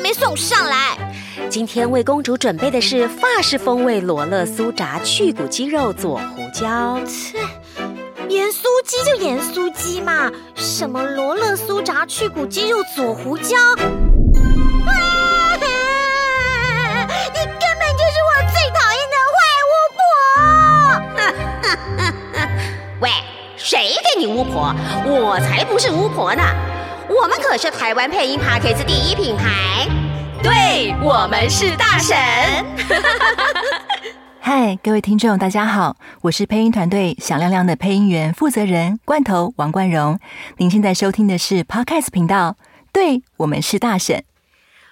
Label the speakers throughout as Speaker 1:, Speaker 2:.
Speaker 1: 没送上来？
Speaker 2: 今天为公主准备的是法式风味罗勒酥炸去骨鸡肉佐胡椒。
Speaker 1: 切，盐酥鸡就盐酥鸡嘛，什么罗勒酥炸去骨鸡肉佐胡椒？啊！你根本就是我最讨厌的坏巫婆！
Speaker 2: 喂，谁给你巫婆？我才不是巫婆呢！我们可是台湾配音 p a c k a g e 第一品牌，对我们是大神。
Speaker 3: 嗨，各位听众，大家好，我是配音团队响亮亮的配音员负责人罐头王冠荣。您现在收听的是 Podcast 频道，对我们是大婶。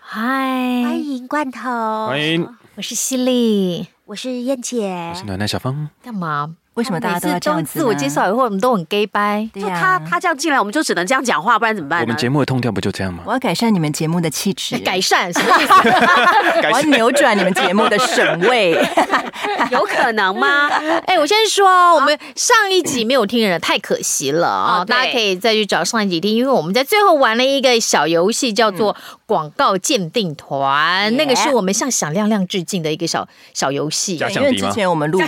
Speaker 1: 欢
Speaker 2: 嗨，
Speaker 1: 迎罐头，
Speaker 4: 欢迎，
Speaker 5: 我是犀利，
Speaker 1: 我是燕姐
Speaker 4: 我。是暖暖小芳。
Speaker 5: 干嘛？
Speaker 3: 为什么大家都要这样
Speaker 5: 每次
Speaker 3: 子？
Speaker 5: 自我介，绍以后，我们都很 gay 掰。
Speaker 3: 对
Speaker 2: 就
Speaker 3: 呀、
Speaker 2: 他他这样进来，我们就只能这样讲话，不然怎么办呢？
Speaker 4: 我们节目的痛调不就这样吗？
Speaker 3: 我要改善你们节目的气质，
Speaker 5: 改善什么意思？
Speaker 3: 我要扭转你们节目的审 位。
Speaker 2: 有可 能吗？
Speaker 5: 哎、我先说哦，我们上一集没有听的人太可惜了啊、
Speaker 2: 哦对
Speaker 5: 大家可以再去找上一集听，因为我们在最后玩了一个小游戏，叫做广告鉴定团，那个是我们向响亮亮致敬的一个小小游戏。
Speaker 4: 假
Speaker 3: 因
Speaker 4: 想
Speaker 3: 为
Speaker 4: 敌
Speaker 3: 之
Speaker 4: 吗？
Speaker 3: 前我们录，
Speaker 5: 没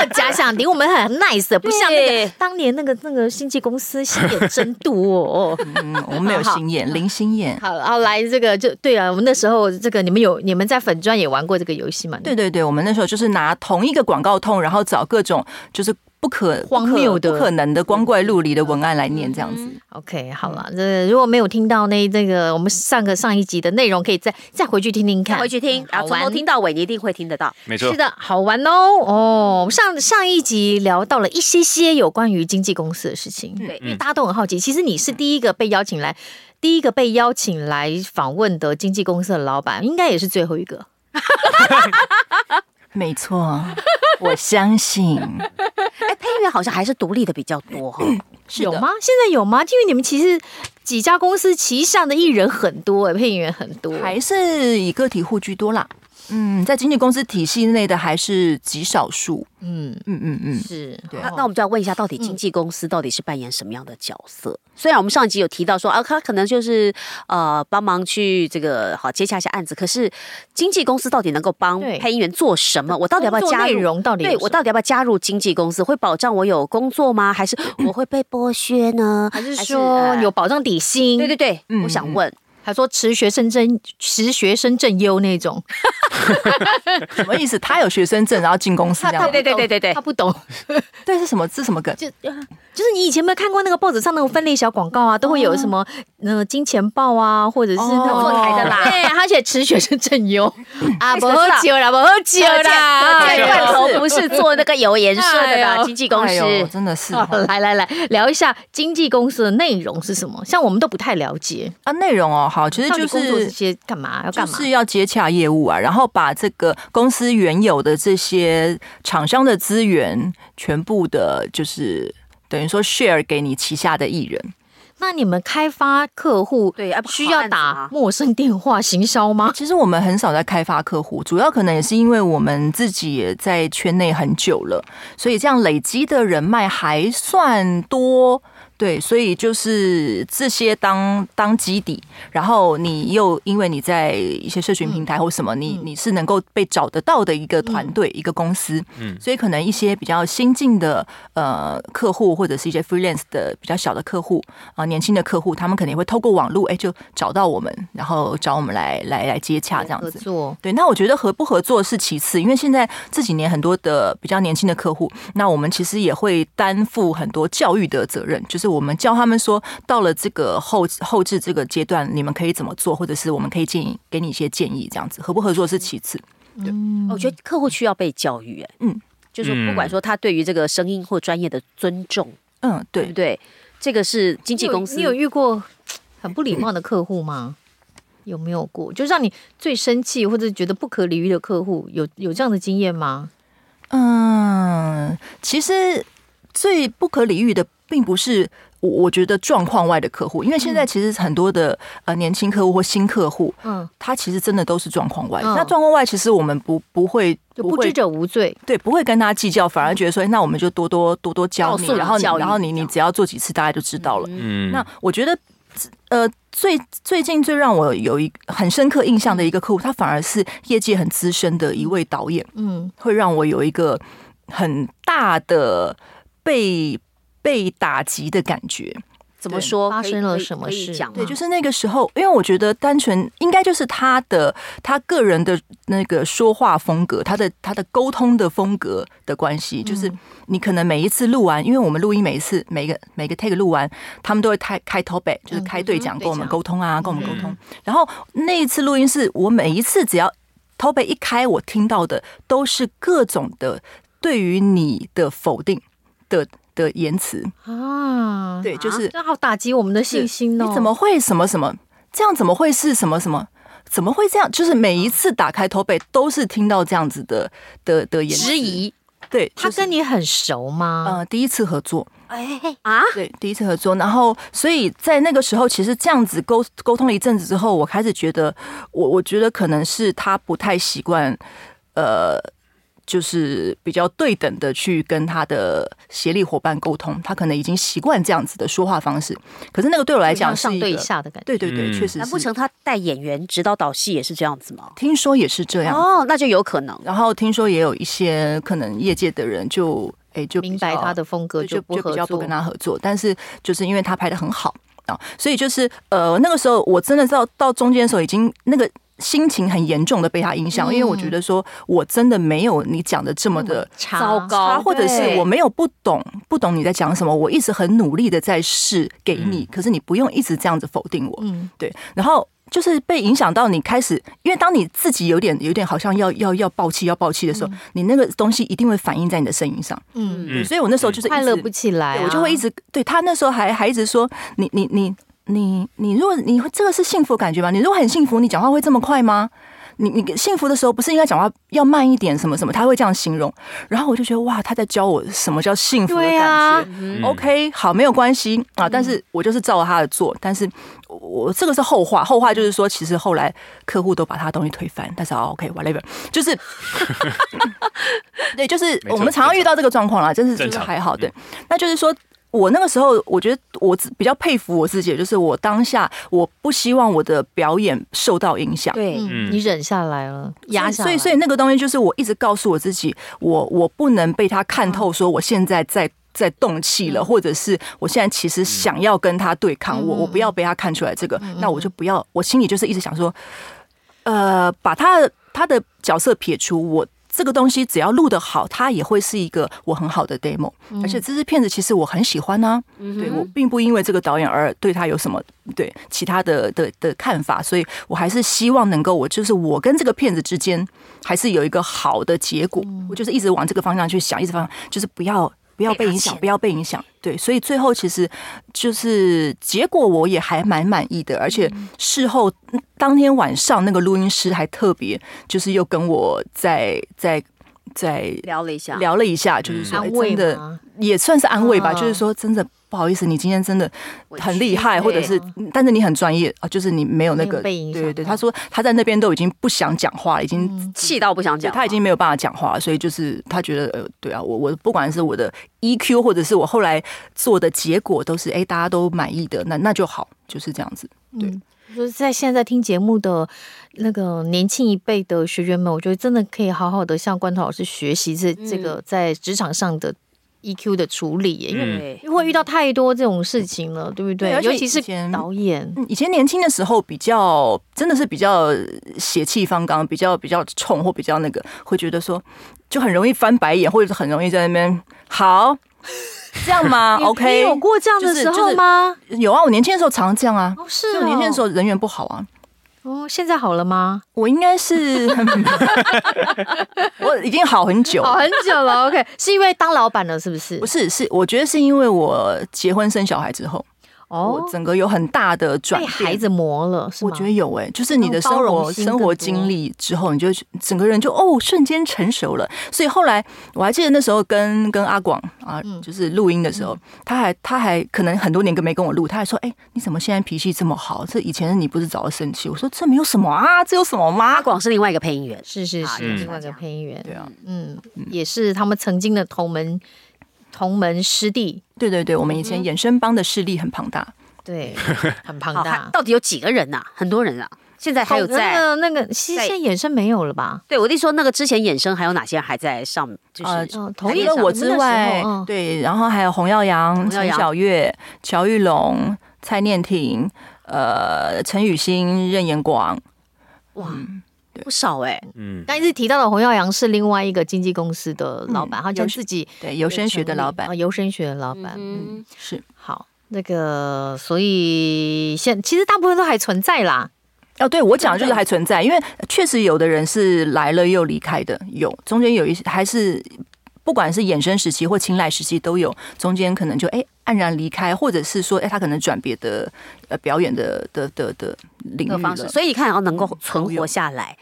Speaker 5: 有假想 敌，我们很 nice 的，不像那
Speaker 2: 对
Speaker 5: 个当年那个那个经纪公司心眼真毒哦。
Speaker 3: 嗯，我们没有心眼，零心眼。
Speaker 5: 好，然后来这个就对啊，我们那时候这个你们有你们在粉专也玩过这个游戏吗？
Speaker 3: 对对对，我们那时候就是拿同一个广告痛，然后找各种就是不可
Speaker 5: 荒谬的嗯
Speaker 3: 不可、不可能的、光怪陆离的文案来念，这样子。
Speaker 5: OK，好了，这如果没有听到那这个我们上个上一集的内容，可以再再回去听听看，
Speaker 2: 回去听，
Speaker 5: 好
Speaker 2: 然后从头
Speaker 5: 玩。
Speaker 2: 听到尾，你一定会听得到。
Speaker 4: 没错
Speaker 5: 是，的，好玩哦哦。上上一集聊到了一些些有关于经纪公司的事情，对，
Speaker 4: 嗯
Speaker 5: 因为大家都很好奇。其实你是第一个被邀请来，第一个被邀请来访问的经纪公司的老板，应该也是最后一个。
Speaker 3: 没错， 我相信
Speaker 2: 哎，配乐好像还是独立的比较多哈。
Speaker 3: 是
Speaker 5: 有
Speaker 3: 的
Speaker 5: 吗？现在有吗？因为你们其实几家公司旗下的艺人很多、欸配音员很多，
Speaker 3: 还是以个体户居多啦。嗯，在经纪公司体系内的还是极少数。
Speaker 5: 嗯
Speaker 3: 嗯嗯嗯，
Speaker 5: 是
Speaker 3: 对
Speaker 2: 那那我们就要问一下，到底经纪公司到底是扮演什么样的角色？虽然我们上一集有提到说啊，他可能就是呃帮忙去这个好接洽一下案子，可是经纪公司到底能够帮
Speaker 5: 对
Speaker 2: 配音员做什么？我到底要不要
Speaker 5: 工作
Speaker 2: 加
Speaker 5: 内
Speaker 2: 入？
Speaker 5: 容到底有
Speaker 2: 对我
Speaker 5: 什么
Speaker 2: 到底要不要加入经纪公司？会保障我有工作吗？还是我会被剥削呢？
Speaker 5: 还是说
Speaker 2: 呃
Speaker 5: 有保障底薪？
Speaker 2: 对对对，
Speaker 3: 嗯
Speaker 2: 我想问，
Speaker 5: 还说持学生证、持学生证优那种，
Speaker 3: 什么意思？他有学生证，然后进公司这样吗。
Speaker 2: 对对对对对
Speaker 5: 他不懂。
Speaker 3: 对，是什么？是什么梗？
Speaker 5: 就是你以前有没有看过那个报纸上那种分类小广告啊，都会有什么嗯、呃金钱豹啊，或者是那种
Speaker 3: 哦做台的啦
Speaker 5: 对，他写持学生证优啊，
Speaker 2: 为
Speaker 5: 不
Speaker 2: 什么
Speaker 5: 喝
Speaker 2: 知道
Speaker 5: 酒啦，不喝酒啦，啊
Speaker 2: 对，
Speaker 4: 哎呦
Speaker 2: 罐头不是做那个油盐社的
Speaker 5: 哎
Speaker 2: 啦，
Speaker 5: 呦
Speaker 2: 经纪公
Speaker 3: 哎
Speaker 2: 司。
Speaker 3: 呦真的 是
Speaker 5: 好
Speaker 3: 哦
Speaker 5: 来来来，聊一下经纪公司的内容是什么？像我们都不太了解，
Speaker 3: 啊，内容哦，好，其实
Speaker 5: 到
Speaker 3: 就
Speaker 5: 底工作这
Speaker 3: 是
Speaker 5: 些干嘛要
Speaker 3: 就
Speaker 5: 干嘛？
Speaker 3: 是要接洽业务啊，然后把这个公司原有的这些厂商的资源全部的，就是等于说 share 给你旗下的艺人。
Speaker 5: 那你们开发客户
Speaker 2: 对啊不
Speaker 5: 需
Speaker 2: 好
Speaker 5: 要
Speaker 2: 案子
Speaker 5: 打
Speaker 2: 吗
Speaker 5: 陌生电话行销吗？
Speaker 3: 其实我们很少在开发客户，主要可能也是因为我们自己也在圈内很久了，所以这样累积的人脉还算多。对，所以就是这些当当基底，然后你又因为你在一些社群平
Speaker 5: 嗯
Speaker 3: 台或什么，你你是能够被找得到的一个团队、一个公司，
Speaker 4: 嗯
Speaker 3: 所以可能一些比较新进的呃客户，或者是一些 freelance 的比较小的客户啊、年轻的客户，他们可能也会透过网络，哎，就找到我们，然后找我们来来来接洽这样
Speaker 5: 合
Speaker 3: 子。
Speaker 5: 作
Speaker 3: 对，那我觉得合不合作是其次，因为现在这几年很多的比较年轻的客户，那我们其实也会担负很多教育的责任，就是我们教他们说，到了这个后后置这个阶段，你们可以怎么做，或者是我们可以建议给你一些建议，这样子合不合作是其次。
Speaker 2: 我觉得客户需要被教育、哎，
Speaker 3: 嗯
Speaker 2: 嗯，就是不管说他对于这个声音或专业的尊重，
Speaker 3: 嗯，
Speaker 2: 对
Speaker 3: 对
Speaker 2: 不，对？这个是经纪公司
Speaker 5: 你有你有遇过很不礼貌的客户吗？有没有过？就让你最生气或者觉得不可理喻的客户，有有这样的经验吗？
Speaker 3: 嗯，其实最不可理喻的，并不是我我觉得状况外的客户，因为现在其实很多的呃年轻客户或新客户，
Speaker 5: 嗯，
Speaker 3: 他其实真的都是状况外。
Speaker 5: 嗯
Speaker 3: 那状况外，其实我们不不会
Speaker 5: 就
Speaker 3: 会
Speaker 5: 不知者无罪。
Speaker 3: 对，不会跟他计较，反而觉得说，哎那我们就多多多多教
Speaker 2: 告
Speaker 3: 你，
Speaker 2: 诉你
Speaker 3: 然后你
Speaker 2: 教育
Speaker 3: 然后你
Speaker 2: 这
Speaker 3: 你
Speaker 2: 样
Speaker 3: 只要做几次，大概就知道了。
Speaker 4: 嗯，
Speaker 3: 那我觉得呃，最最近最让我有一很深刻印象的一个客户，他反而是业界很资深的一位导演，
Speaker 5: 嗯，
Speaker 3: 会让我有一个很大的被被打击的感觉。
Speaker 2: 怎么说？
Speaker 5: 发
Speaker 2: 可以
Speaker 5: 生了
Speaker 2: 可以
Speaker 5: 什么
Speaker 2: 可以
Speaker 5: 事
Speaker 2: 讲吗
Speaker 3: 对，就是那个时候，因为我觉得单纯应该就是他的他个人的那个说话风格，他的他的沟通的风格的关系，就是你可能每一次录完，因为我们录音每一次每个每个 take 录完，他们都会开开 topic，就是开对讲跟我们沟通啊，跟我们沟通。然后那一次录音是我每一次只要 topic 一开，我听到的都是各种的对于你的否定的的言辞，
Speaker 5: 啊，
Speaker 3: 对，就是
Speaker 5: 这好打击我们的信心哦。
Speaker 3: 你怎么会什么什么？这样怎么会是什么什么？怎么会这样？就是每一次打开头北都是听到这样子的的的言
Speaker 5: 质
Speaker 3: 辞，
Speaker 5: 疑？
Speaker 3: 对，就
Speaker 5: 他
Speaker 3: 是
Speaker 5: 跟你很熟吗？
Speaker 3: 呃第一次合作，
Speaker 2: 啊？
Speaker 3: 对，第一次合作，然后所以在那个时候，其实这样子沟沟通了一阵子之后，我开始觉得，我我觉得可能是他不太习惯，呃，就是比较对等的去跟他的协力伙伴沟通，他可能已经习惯这样子的说话方式。可是那个对我来讲是
Speaker 5: 上
Speaker 3: 一个
Speaker 5: 对，下的感觉。
Speaker 3: 对对对，
Speaker 4: 嗯
Speaker 3: 确实
Speaker 2: 难不
Speaker 3: 是
Speaker 2: 成他带演员指导导戏也是这样子吗？
Speaker 3: 听说也是这样。
Speaker 2: 哦，那就有可能。
Speaker 3: 然后听说也有一些可能业界的人就哎就比
Speaker 5: 明白
Speaker 3: 较
Speaker 5: 他的风格
Speaker 3: 对就
Speaker 5: 就不
Speaker 3: 就比
Speaker 5: 合
Speaker 3: 较不
Speaker 5: 作
Speaker 3: 跟。他合作，但是就是因为他拍的很好啊，所以就是呃那个时候我真的到到中间的时候已经那个。心情很严重的被他影响，因为我觉得说我真的没有你讲的这么的
Speaker 5: 嗯差
Speaker 2: 糟糕
Speaker 3: 差，或者是
Speaker 2: 对
Speaker 3: 我没有不懂不懂你在讲什么，我一直很努力的在试给你，可是你不用一直这样子否定我。
Speaker 5: 嗯，
Speaker 3: 对，然后就是被影响到你开始，因为当你自己有点有点好像要要要爆气要爆气的时候，你那个东西一定会反映在你的声音上。
Speaker 5: 嗯，
Speaker 3: 对，所以我那时候就是一直
Speaker 5: 快乐不起来啊，
Speaker 3: 对我就会一直对他那时候还还一直说你你你你你，如果你会这个是幸福感觉吗？你如果很幸福，你讲话会这么快吗？你你幸福的时候不是应该讲话要慢一点什么什么？他会这样形容，然后我就觉得哇，他在教我什么叫幸福的感
Speaker 5: 对
Speaker 3: 觉。
Speaker 5: 啊
Speaker 4: 嗯
Speaker 3: OK，好，没有关系啊，但是我就是照着他的做，但是我我这个是后话，后话就是说，其实后来客户都把他东西推翻，但是啊，OK，whatever，、就是， 对，就是
Speaker 4: 没错
Speaker 3: 我们常常遇到这个状况啦，就是就是
Speaker 4: 正常嗯
Speaker 3: 还好，对，那就是说。我那个时候，我觉得我自比较佩服我自己，就是我当下我不希望我的表演受到影响，
Speaker 2: 对，
Speaker 5: 嗯，
Speaker 4: 嗯
Speaker 5: 你忍下来了，压下来，
Speaker 3: 所以，所以那个东西就是我一直告诉我自己，我我不能被他看
Speaker 5: 嗯
Speaker 3: 透，说我现在在。在动气了，或者是我现在其实想要跟他对抗，
Speaker 5: 嗯
Speaker 3: 我我不要被他看出来这个，那我就不要，我心里就是一直想说，呃，把他的他的角色撇除，我这个东西只要录得好，它也会是一个我很好的 demo，、而
Speaker 5: 嗯
Speaker 3: 且这支片子其实我很喜欢啊呢、对我并不因为这个导演而对他有什么对其他的的的看法，所以我还是希望能够我就是我跟这个片子之间还是有一个好的结果，我就是一直往这个方向去想，一直方向就是不要。不要被影响，不要被影响。对，所以最后其实就是结果，我也还蛮满意的。而且事后嗯当天晚上，那个录音师还特别就是又跟我在在在
Speaker 2: 聊了一下，
Speaker 3: 聊了一下，就是说、
Speaker 5: 安
Speaker 3: 哎
Speaker 5: 慰
Speaker 3: 真的
Speaker 5: 吗
Speaker 3: 也算是安慰吧，
Speaker 5: 嗯
Speaker 3: 就是说真的。不好意思，你今天真的很厉害，
Speaker 2: 委屈
Speaker 3: 或者是，但是你很专业啊，就是你没有那
Speaker 5: 没
Speaker 3: 个
Speaker 5: 有被影响嗯
Speaker 3: 对对对，
Speaker 5: 到
Speaker 3: 他说他在那边都已经不想讲话了，已经
Speaker 2: 气到不想
Speaker 3: 对
Speaker 2: 讲话。
Speaker 3: 他已经没有办法讲话了，所以就是他觉得呃，对啊，我我不管是我的 EQ 或者是我后来做的结果都是哎、大家都满意的，那那就好，就是这样子。对
Speaker 5: 嗯就是在现在听节目的那个年轻一辈的学员们，我觉得真的可以好好的向关头老师学习这、
Speaker 3: 嗯
Speaker 5: 这个在职场上的 EQ 的处理耶，因为
Speaker 2: 对，
Speaker 5: 因为遇到太多这种事情了，对不
Speaker 3: 嗯
Speaker 5: 对？
Speaker 3: 对而且
Speaker 5: 尤其是
Speaker 3: 以前
Speaker 5: 导演，
Speaker 3: 嗯以前年轻的时候比较真的是比较血气方刚，比较比较冲或比较那个，会觉得说就很容易翻白眼，或者是很容易在那边好这样吗
Speaker 5: 你
Speaker 3: 嗯？OK，
Speaker 5: 有过这样的
Speaker 3: 就是
Speaker 5: 时候吗？
Speaker 3: 有啊，我年轻的时候常这样啊，
Speaker 5: 哦，是
Speaker 3: 就
Speaker 5: 哦，
Speaker 3: 我年轻的时候人缘不好啊。
Speaker 5: 哦，现在好了吗？
Speaker 3: 我应该 是，我已经好很久了，
Speaker 5: 好哦很久了，OK，是因为当老板了，是不是？
Speaker 3: 不是，是我觉得是因为我结婚生小孩之后，
Speaker 5: 哦
Speaker 3: 我，整个有很大的转
Speaker 5: 被
Speaker 3: 变。
Speaker 5: 孩子磨了，是
Speaker 3: 我
Speaker 5: 吗？
Speaker 3: 觉得有哎、就是你的生
Speaker 5: 包容
Speaker 3: 活
Speaker 5: 心
Speaker 3: 生
Speaker 5: 更
Speaker 3: 活
Speaker 5: 多
Speaker 3: 经历之后，你就整个人就哦瞬间成熟了。所以后来我还记得那时候跟跟阿广啊，
Speaker 5: 嗯
Speaker 3: 就是录音的时候，他还他还可能很多年跟没跟我录，他还说：“哎、你怎么现在脾气这么好？这以前你不是早就生气？”我说：“这没有什么啊，这有什么吗
Speaker 2: 阿？”广是另外一个配音员，
Speaker 5: 是是
Speaker 2: 啊
Speaker 5: 是，
Speaker 2: 嗯
Speaker 5: 另外一个配音员，
Speaker 3: 对啊，
Speaker 5: 嗯，也是他们曾经的同门同门师弟，嗯
Speaker 3: 对对对，我们以前衍生帮的势力很庞大。
Speaker 5: 对，很庞
Speaker 2: 好，还
Speaker 5: 大。
Speaker 2: 到底有几个人呐、很多人啊，现在哦还有
Speaker 5: 那
Speaker 2: 在。
Speaker 5: 个那个，其实
Speaker 2: 在
Speaker 5: 现在衍生没有了吧？
Speaker 2: 对，我弟说那个之前衍生还有哪些还在上，就是、
Speaker 3: 呃
Speaker 5: 嗯，
Speaker 3: 除
Speaker 5: 同一
Speaker 3: 了
Speaker 5: 个
Speaker 3: 我之外，
Speaker 5: 嗯
Speaker 3: 对，然后还有洪耀阳、
Speaker 2: 洪耀
Speaker 3: 陈
Speaker 2: 扬
Speaker 3: 小月、乔玉龙、蔡念婷、呃，陈雨欣、任延广，
Speaker 2: 哇，不少哎、
Speaker 4: 嗯，
Speaker 5: 刚才一直提到的洪耀阳是另外一个经纪公司的老板，
Speaker 3: 嗯
Speaker 5: 他讲
Speaker 3: 有
Speaker 5: 自己
Speaker 3: 对，游声学的老板
Speaker 5: 啊，游声学的老板。
Speaker 2: 嗯，
Speaker 3: 是
Speaker 5: 好，那个，所以现其实大部分都还存在啦。
Speaker 3: 哦，对我讲就是还存在，因为确实有的人是来了又离开的，有中间有一些还是。不管是衍生时期或青睐时期都有，中间可能就哎、黯然离开，或者是说哎、他可能转别的呃表演的的的的领域
Speaker 2: 各
Speaker 3: 了。
Speaker 2: 方式，所以你看要能够存活下来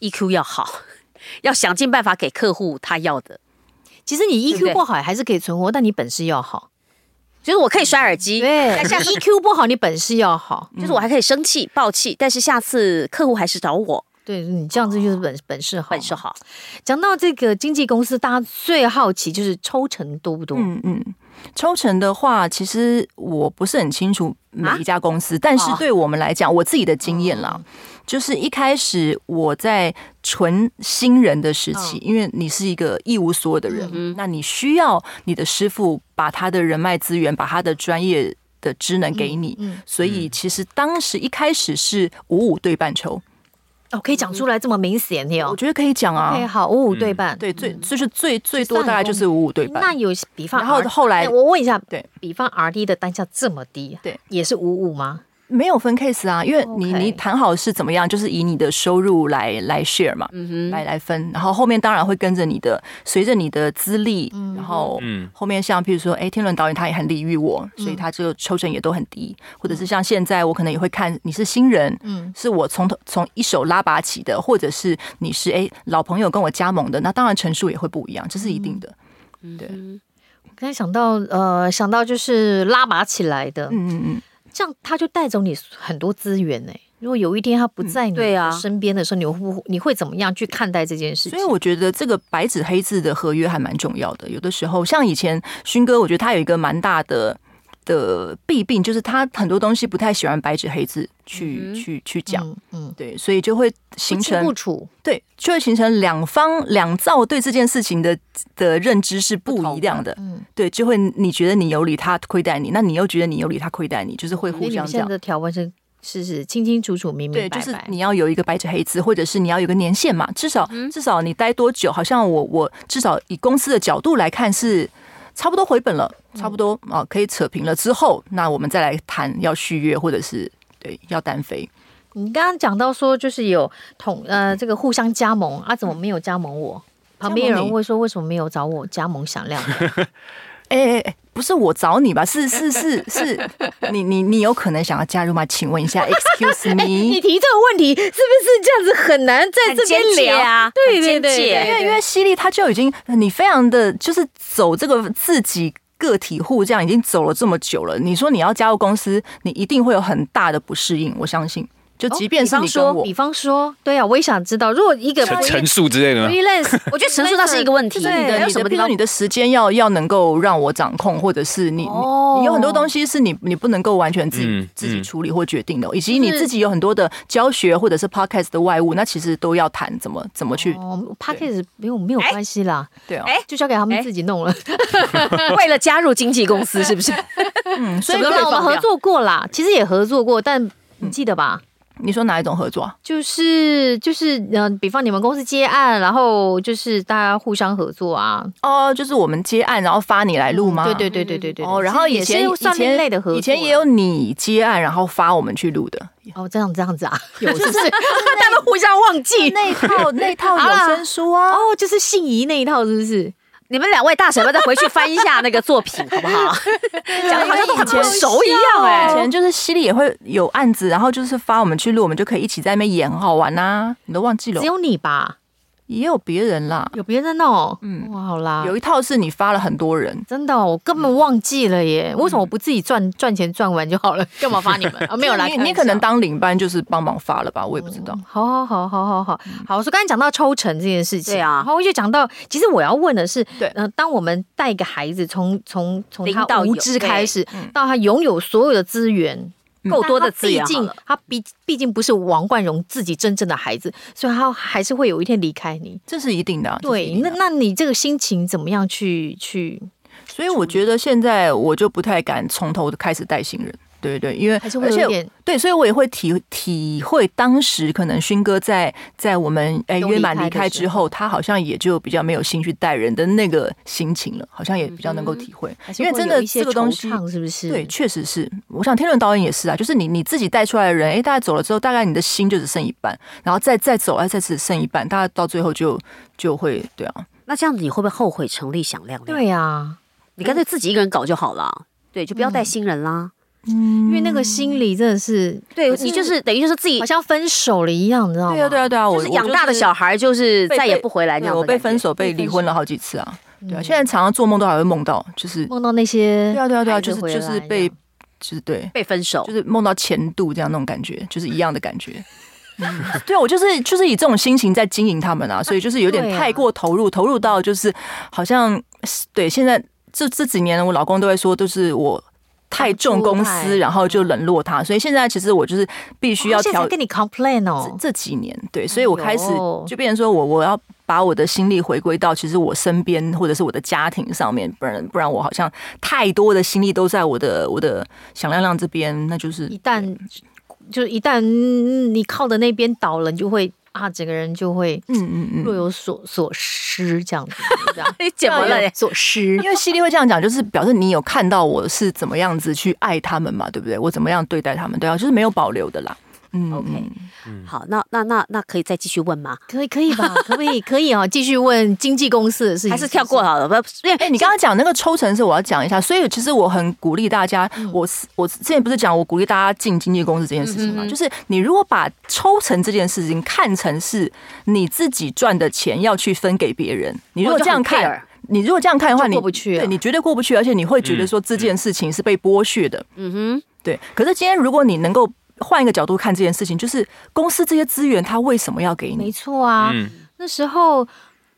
Speaker 2: ，EQ 要好， 要想尽办法给客户他要的。
Speaker 5: 其实你
Speaker 2: 对不
Speaker 5: EQ
Speaker 2: 对
Speaker 5: 不好还是可以存活，但你本事要好。
Speaker 2: 就是我可以摔耳机，
Speaker 5: 对
Speaker 2: 但 E，下次
Speaker 5: ，EQ 不好，你本事要好。
Speaker 2: 就是我还可以生气、爆气，但是下次客户还是找我，
Speaker 5: 对你这样子就是本本事好。
Speaker 2: 哦本事。好。
Speaker 5: 讲到这个经纪公司，大家最好奇就是抽成多不多？
Speaker 3: 嗯嗯，抽成的话，其实我不是很清楚每一家公司，
Speaker 5: 啊
Speaker 3: 但是
Speaker 2: 哦
Speaker 3: 对我们来讲，我自己的经验
Speaker 5: 哦
Speaker 3: 啦，就是一开始我在纯新人的时期，
Speaker 5: 嗯
Speaker 3: 因为你是一个一无所有的人，那你需要你的师傅把他的人脉资源，把他的专业的职能给你。
Speaker 5: 嗯，
Speaker 3: 所以其实当时一开始是五五对半抽，
Speaker 5: 哦，可以讲出来这么明显的
Speaker 3: 我
Speaker 5: 哦。
Speaker 3: 觉得可以讲啊
Speaker 5: OK，，好，嗯五五对半。
Speaker 3: 对，最就是最最
Speaker 5: 算
Speaker 3: 多大概
Speaker 5: 了
Speaker 3: 就是五五对
Speaker 5: 那
Speaker 3: 半，
Speaker 5: 有比方，啊哎
Speaker 3: 然后后来
Speaker 5: 我问一下，
Speaker 3: 对，
Speaker 5: 比方 R D 的单价这么低，啊
Speaker 3: 对，
Speaker 5: 也是五五吗？
Speaker 3: 没有分 case 啊，因为你
Speaker 5: OK
Speaker 3: 你谈好是怎么样，就是以你的收入来来 share 嘛，
Speaker 2: 嗯哼，
Speaker 3: 来来分，然后后面当然会跟着你的，随着你的资历，然后
Speaker 4: 嗯
Speaker 3: 后面像譬如说，哎，天伦导演他也很礼遇我，所以他这个抽成也都很低，或者是像现在我可能也会看你是新人，
Speaker 5: 嗯，
Speaker 3: 是我从头从一手拉拔起的，或者是你是哎老朋友跟我加盟的，那当然成数也会不一样，这是一定的，对，
Speaker 5: 刚才想到，呃，想到就是拉拔起来的，
Speaker 3: 嗯嗯嗯，
Speaker 5: 这样他就带走你很多资源呢、如果有一天他不
Speaker 3: 嗯
Speaker 5: 在你
Speaker 2: 对啊
Speaker 5: 身边的时候，你会不你会怎么样去看待这件事
Speaker 3: 所
Speaker 5: 情
Speaker 3: 以？我觉得这个白纸黑字的合约还蛮重要的。有的时候，像以前勋哥，我觉得他有一个蛮大的的弊病，就是他很多东西不太喜欢白纸黑字去、
Speaker 2: 嗯哼
Speaker 3: 去去讲。
Speaker 5: 嗯嗯，
Speaker 3: 对，所以就会形
Speaker 5: 不清不
Speaker 3: 成
Speaker 5: 楚，
Speaker 3: 对，就会形成两方两造对这件事情的的认知是不一样的。
Speaker 5: 嗯，
Speaker 3: 对，就会你觉得你有理，他亏待你；那你又觉得你有理，他亏待你，就是会
Speaker 5: 所以
Speaker 3: 互
Speaker 5: 你
Speaker 3: 相
Speaker 5: 们
Speaker 3: 这
Speaker 5: 现在
Speaker 3: 样。
Speaker 5: 的条文是是是清清楚楚、明明
Speaker 3: 对，
Speaker 5: 白
Speaker 3: 就
Speaker 5: 白。
Speaker 3: 是你要有一个白纸黑字，或者是你要有个年限嘛，至少
Speaker 5: 嗯
Speaker 3: 至少你待多久，好像我我至少以公司的角度来看是差不多回本了，差不
Speaker 5: 嗯
Speaker 3: 多啊可以扯平了之后，那我们再来谈要续约或者是对要单飞。
Speaker 5: 你刚刚讲到说，就是有同呃
Speaker 2: 嗯
Speaker 5: 这个互相加盟啊，怎么没有加盟我？旁边有
Speaker 3: 加盟
Speaker 5: 人
Speaker 3: 你
Speaker 5: 会说，为什么没有找我加盟响 亮？
Speaker 3: 哎哎哎，不是我找你吧？是是是 是，你你你有可能想要加入吗？请问一下，Excuse
Speaker 5: 你
Speaker 3: me。
Speaker 5: 提这个问题是不是这样子很难在这边
Speaker 2: 很尖
Speaker 5: 聊
Speaker 2: 锐啊
Speaker 5: 对对
Speaker 2: 很尖哦
Speaker 5: 对
Speaker 2: 锐
Speaker 3: 因为
Speaker 5: 对，
Speaker 3: 因为犀利他就已经你非常的就是走这个自己个体户这样已经走了这么久了，你说你要加入公司，你一定会有很大的不适应，我相信。就即便是
Speaker 5: 哦比
Speaker 3: 你
Speaker 5: 方
Speaker 3: 跟我，
Speaker 5: 说，比方说，对啊，我也想知道，如果一个
Speaker 4: 陈陈述之类的吗？
Speaker 5: freelance，
Speaker 2: 啊 我觉得陈述那是一个问题，
Speaker 3: 就是你的
Speaker 2: 还有
Speaker 3: 你
Speaker 2: 什
Speaker 3: 的，
Speaker 2: 么
Speaker 3: 比
Speaker 2: 地
Speaker 3: 如说
Speaker 2: 方
Speaker 3: 你的时间要要能够让我掌控，或者是你你你有很多东西是你你不能够完全自己
Speaker 4: 嗯
Speaker 3: 自己
Speaker 4: 嗯
Speaker 3: 处理或决定的，以及你
Speaker 5: 就是
Speaker 3: 自己有很多的教学或者是 podcast 的外务，那其实都要谈怎么怎么去
Speaker 5: 哦 p a c k a g e 没有没有
Speaker 2: 哎
Speaker 5: 关系啦，
Speaker 3: 对啊
Speaker 2: 哎，
Speaker 5: 就交给他们自己弄了。
Speaker 2: 为了加入经纪公司是不 是？
Speaker 3: 嗯，所以
Speaker 5: 有啦，啊我们合作过啦，其实也合作过，但
Speaker 2: 嗯
Speaker 5: 你记得吧？
Speaker 3: 你说哪一种合作啊？
Speaker 5: 就是就是，嗯、比方你们公司接案，然后就是大家互相合作啊，
Speaker 3: 哦，就是我们接案然后发你来录吗？
Speaker 5: 对对对对对对。
Speaker 3: 哦，然后
Speaker 5: 其实
Speaker 3: 以前
Speaker 5: 也是算另类的合作啊，
Speaker 3: 以前也有你接案，然后发我们去录 的
Speaker 5: 哦，这样这样子啊， 有是不是？他们互相忘记
Speaker 3: 那一 套那一套
Speaker 5: 好啦
Speaker 3: 有声书啊。
Speaker 5: 哦，就是信宜那一套是不是？
Speaker 2: 你们两位大婶们再回去翻一下那个作品好不好？讲的好像都很不熟一样哎、
Speaker 3: 以前就是犀利也会有案啊子，然后就是发我们去录，我们就可以一起在那边演，很好玩呐、你都忘记了
Speaker 5: 只？有你吧？
Speaker 3: 也有别人啦。
Speaker 5: 有别人哦，
Speaker 3: 嗯
Speaker 5: 嗯，哇，好啦，
Speaker 3: 有一套是你发了很多人，
Speaker 5: 真的哦、我根本忘记了耶！为什么我不自己赚赚钱赚完就好了？嗯干嘛发 你们啊？没有啦，
Speaker 3: 你
Speaker 5: 开玩
Speaker 3: 你可能
Speaker 5: 笑哦
Speaker 3: 当领班就是帮忙发了吧，我也不知道。
Speaker 5: 好好好好好好
Speaker 3: 嗯
Speaker 5: 好，我说刚才讲到抽成这件事情，
Speaker 2: 对啊
Speaker 5: 然后就讲到，其实我要问的是，
Speaker 3: 对
Speaker 5: 呃，当我们带一个孩子从从从他
Speaker 2: 零到有
Speaker 5: 无知开始
Speaker 3: 对嗯，
Speaker 5: 到他拥有所有的资源。
Speaker 3: 嗯
Speaker 2: 够多的资源
Speaker 5: 但他毕
Speaker 2: 好
Speaker 5: 竟
Speaker 2: 了
Speaker 5: 他毕毕竟不是王冠荣自己真正的孩子，所以他还是会有一天离开你。
Speaker 3: 这是一定的、啊，这是一
Speaker 5: 对，
Speaker 3: 定的
Speaker 5: 那那你这个心情怎么样去去？
Speaker 3: 所以我觉得现在我就不太敢从头开始带新人，对对，因为
Speaker 5: 还是会有一点
Speaker 3: 对，所以我也会体体会当时可能勋哥在在我们哎
Speaker 5: 都离
Speaker 3: 约满
Speaker 5: 开
Speaker 3: 离
Speaker 5: 的
Speaker 3: 开
Speaker 5: 时
Speaker 3: 之后，他好像也就比较没有心去带人的那个心情了，好像也比较能够体会，
Speaker 5: 嗯还是
Speaker 3: 因为
Speaker 5: 会
Speaker 3: 真
Speaker 5: 有
Speaker 3: 的
Speaker 5: 一些
Speaker 3: 这个东
Speaker 5: 惆
Speaker 3: 西。
Speaker 5: 怅是不是？
Speaker 3: 对，确实是。我想天伦导演也是啊，就是你你自己带出来的人，哎，大家走了之后，大概你的心就只剩一半，然后再再走，哎，再只剩一半，大家到最后就就会对啊，
Speaker 2: 那这样子你会不会后悔成立响亮？
Speaker 5: 对，啊呀、
Speaker 2: 你干脆自己一个人搞就好了。对，就不要带新人啦。
Speaker 5: 因为那个心理真的是
Speaker 2: 对你就是等于就是自己
Speaker 5: 好，像分手了一样，你知道吗？
Speaker 3: 嗯对啊对啊对啊，我
Speaker 2: 哦就是养大的小孩，就是
Speaker 3: 被
Speaker 2: 再也
Speaker 3: 被
Speaker 2: 不回来
Speaker 3: 对
Speaker 2: 那样。
Speaker 3: 我被分，手、被离婚了好几次啊。对啊，
Speaker 5: 嗯
Speaker 3: 现在常常做梦都还会梦到，就是
Speaker 5: 梦到那些
Speaker 3: 对啊，对啊，对啊，
Speaker 5: 孩
Speaker 3: 就
Speaker 5: 子
Speaker 3: 是
Speaker 5: 回
Speaker 3: 就
Speaker 5: 来
Speaker 3: 是
Speaker 5: 这
Speaker 3: 被
Speaker 5: 样
Speaker 3: 就是对，
Speaker 2: 被分手
Speaker 3: 就。是梦到前度这样那种感觉，就是一样的感 觉。嗯对啊，我就是就是以这种心情在经营他们啊，所以就是有点
Speaker 5: 对啊
Speaker 3: 太过投入，投入到就是好像对现在这这几年，我老公都会说，就是我。太重公
Speaker 5: 太
Speaker 3: 司，然后就冷落他，所以现在其实我就是必须要
Speaker 5: 哦现在
Speaker 3: 调
Speaker 5: 才跟你 complain
Speaker 3: 这
Speaker 5: 哦，
Speaker 3: 这几年，对，所以我开始
Speaker 5: 呦
Speaker 3: 就变成说我我要把我的心力回归到其实我身边或者是我的家庭上面，不然不然我好像太多的心力都在我的我的响亮亮这边，那就是
Speaker 5: 一旦就一旦嗯你靠的那边倒了，你就会啊，整个人就会
Speaker 3: 嗯嗯嗯。
Speaker 5: 若有所所失这样子，这样
Speaker 2: 哎，怎么了
Speaker 5: 若？有所失。
Speaker 3: 因为犀利会这样讲，就是表示你有看到我是怎么样子去爱他们嘛，对不对？我怎么样对待他们，对啊，就是没有保留的啦。嗯
Speaker 2: OK
Speaker 3: 嗯
Speaker 2: 好，那那那那可以再继续问吗？
Speaker 5: 可以可以吧？可不可以可以哦？继续问经纪公司的事情，
Speaker 2: 还是跳过好了？不，因
Speaker 3: 哎、
Speaker 2: 为
Speaker 3: 你刚刚讲那个抽成是我要讲一下，所以其实我很鼓励大家，
Speaker 5: 嗯
Speaker 3: 我是我之前不是讲我鼓励大家进经纪公司这件事
Speaker 5: 嗯
Speaker 3: 情嘛，就是你如果把抽成这件事情看成是你自己赚的钱要去分给别人，你如果
Speaker 2: 哦就
Speaker 3: 这样
Speaker 2: 很
Speaker 3: 看。
Speaker 2: care
Speaker 3: 你如果这样看的话，
Speaker 5: 就
Speaker 3: 你
Speaker 5: 过不去啊
Speaker 3: 对你绝对过不去，而且你会觉得说这件事情是被剥削的。
Speaker 2: 嗯
Speaker 3: 对，可是今天如果你能够换一个角度看这件事情，就是公司这些资源它为什么要给
Speaker 5: 没
Speaker 3: 你？
Speaker 5: 错啊。
Speaker 4: 嗯，
Speaker 5: 那时候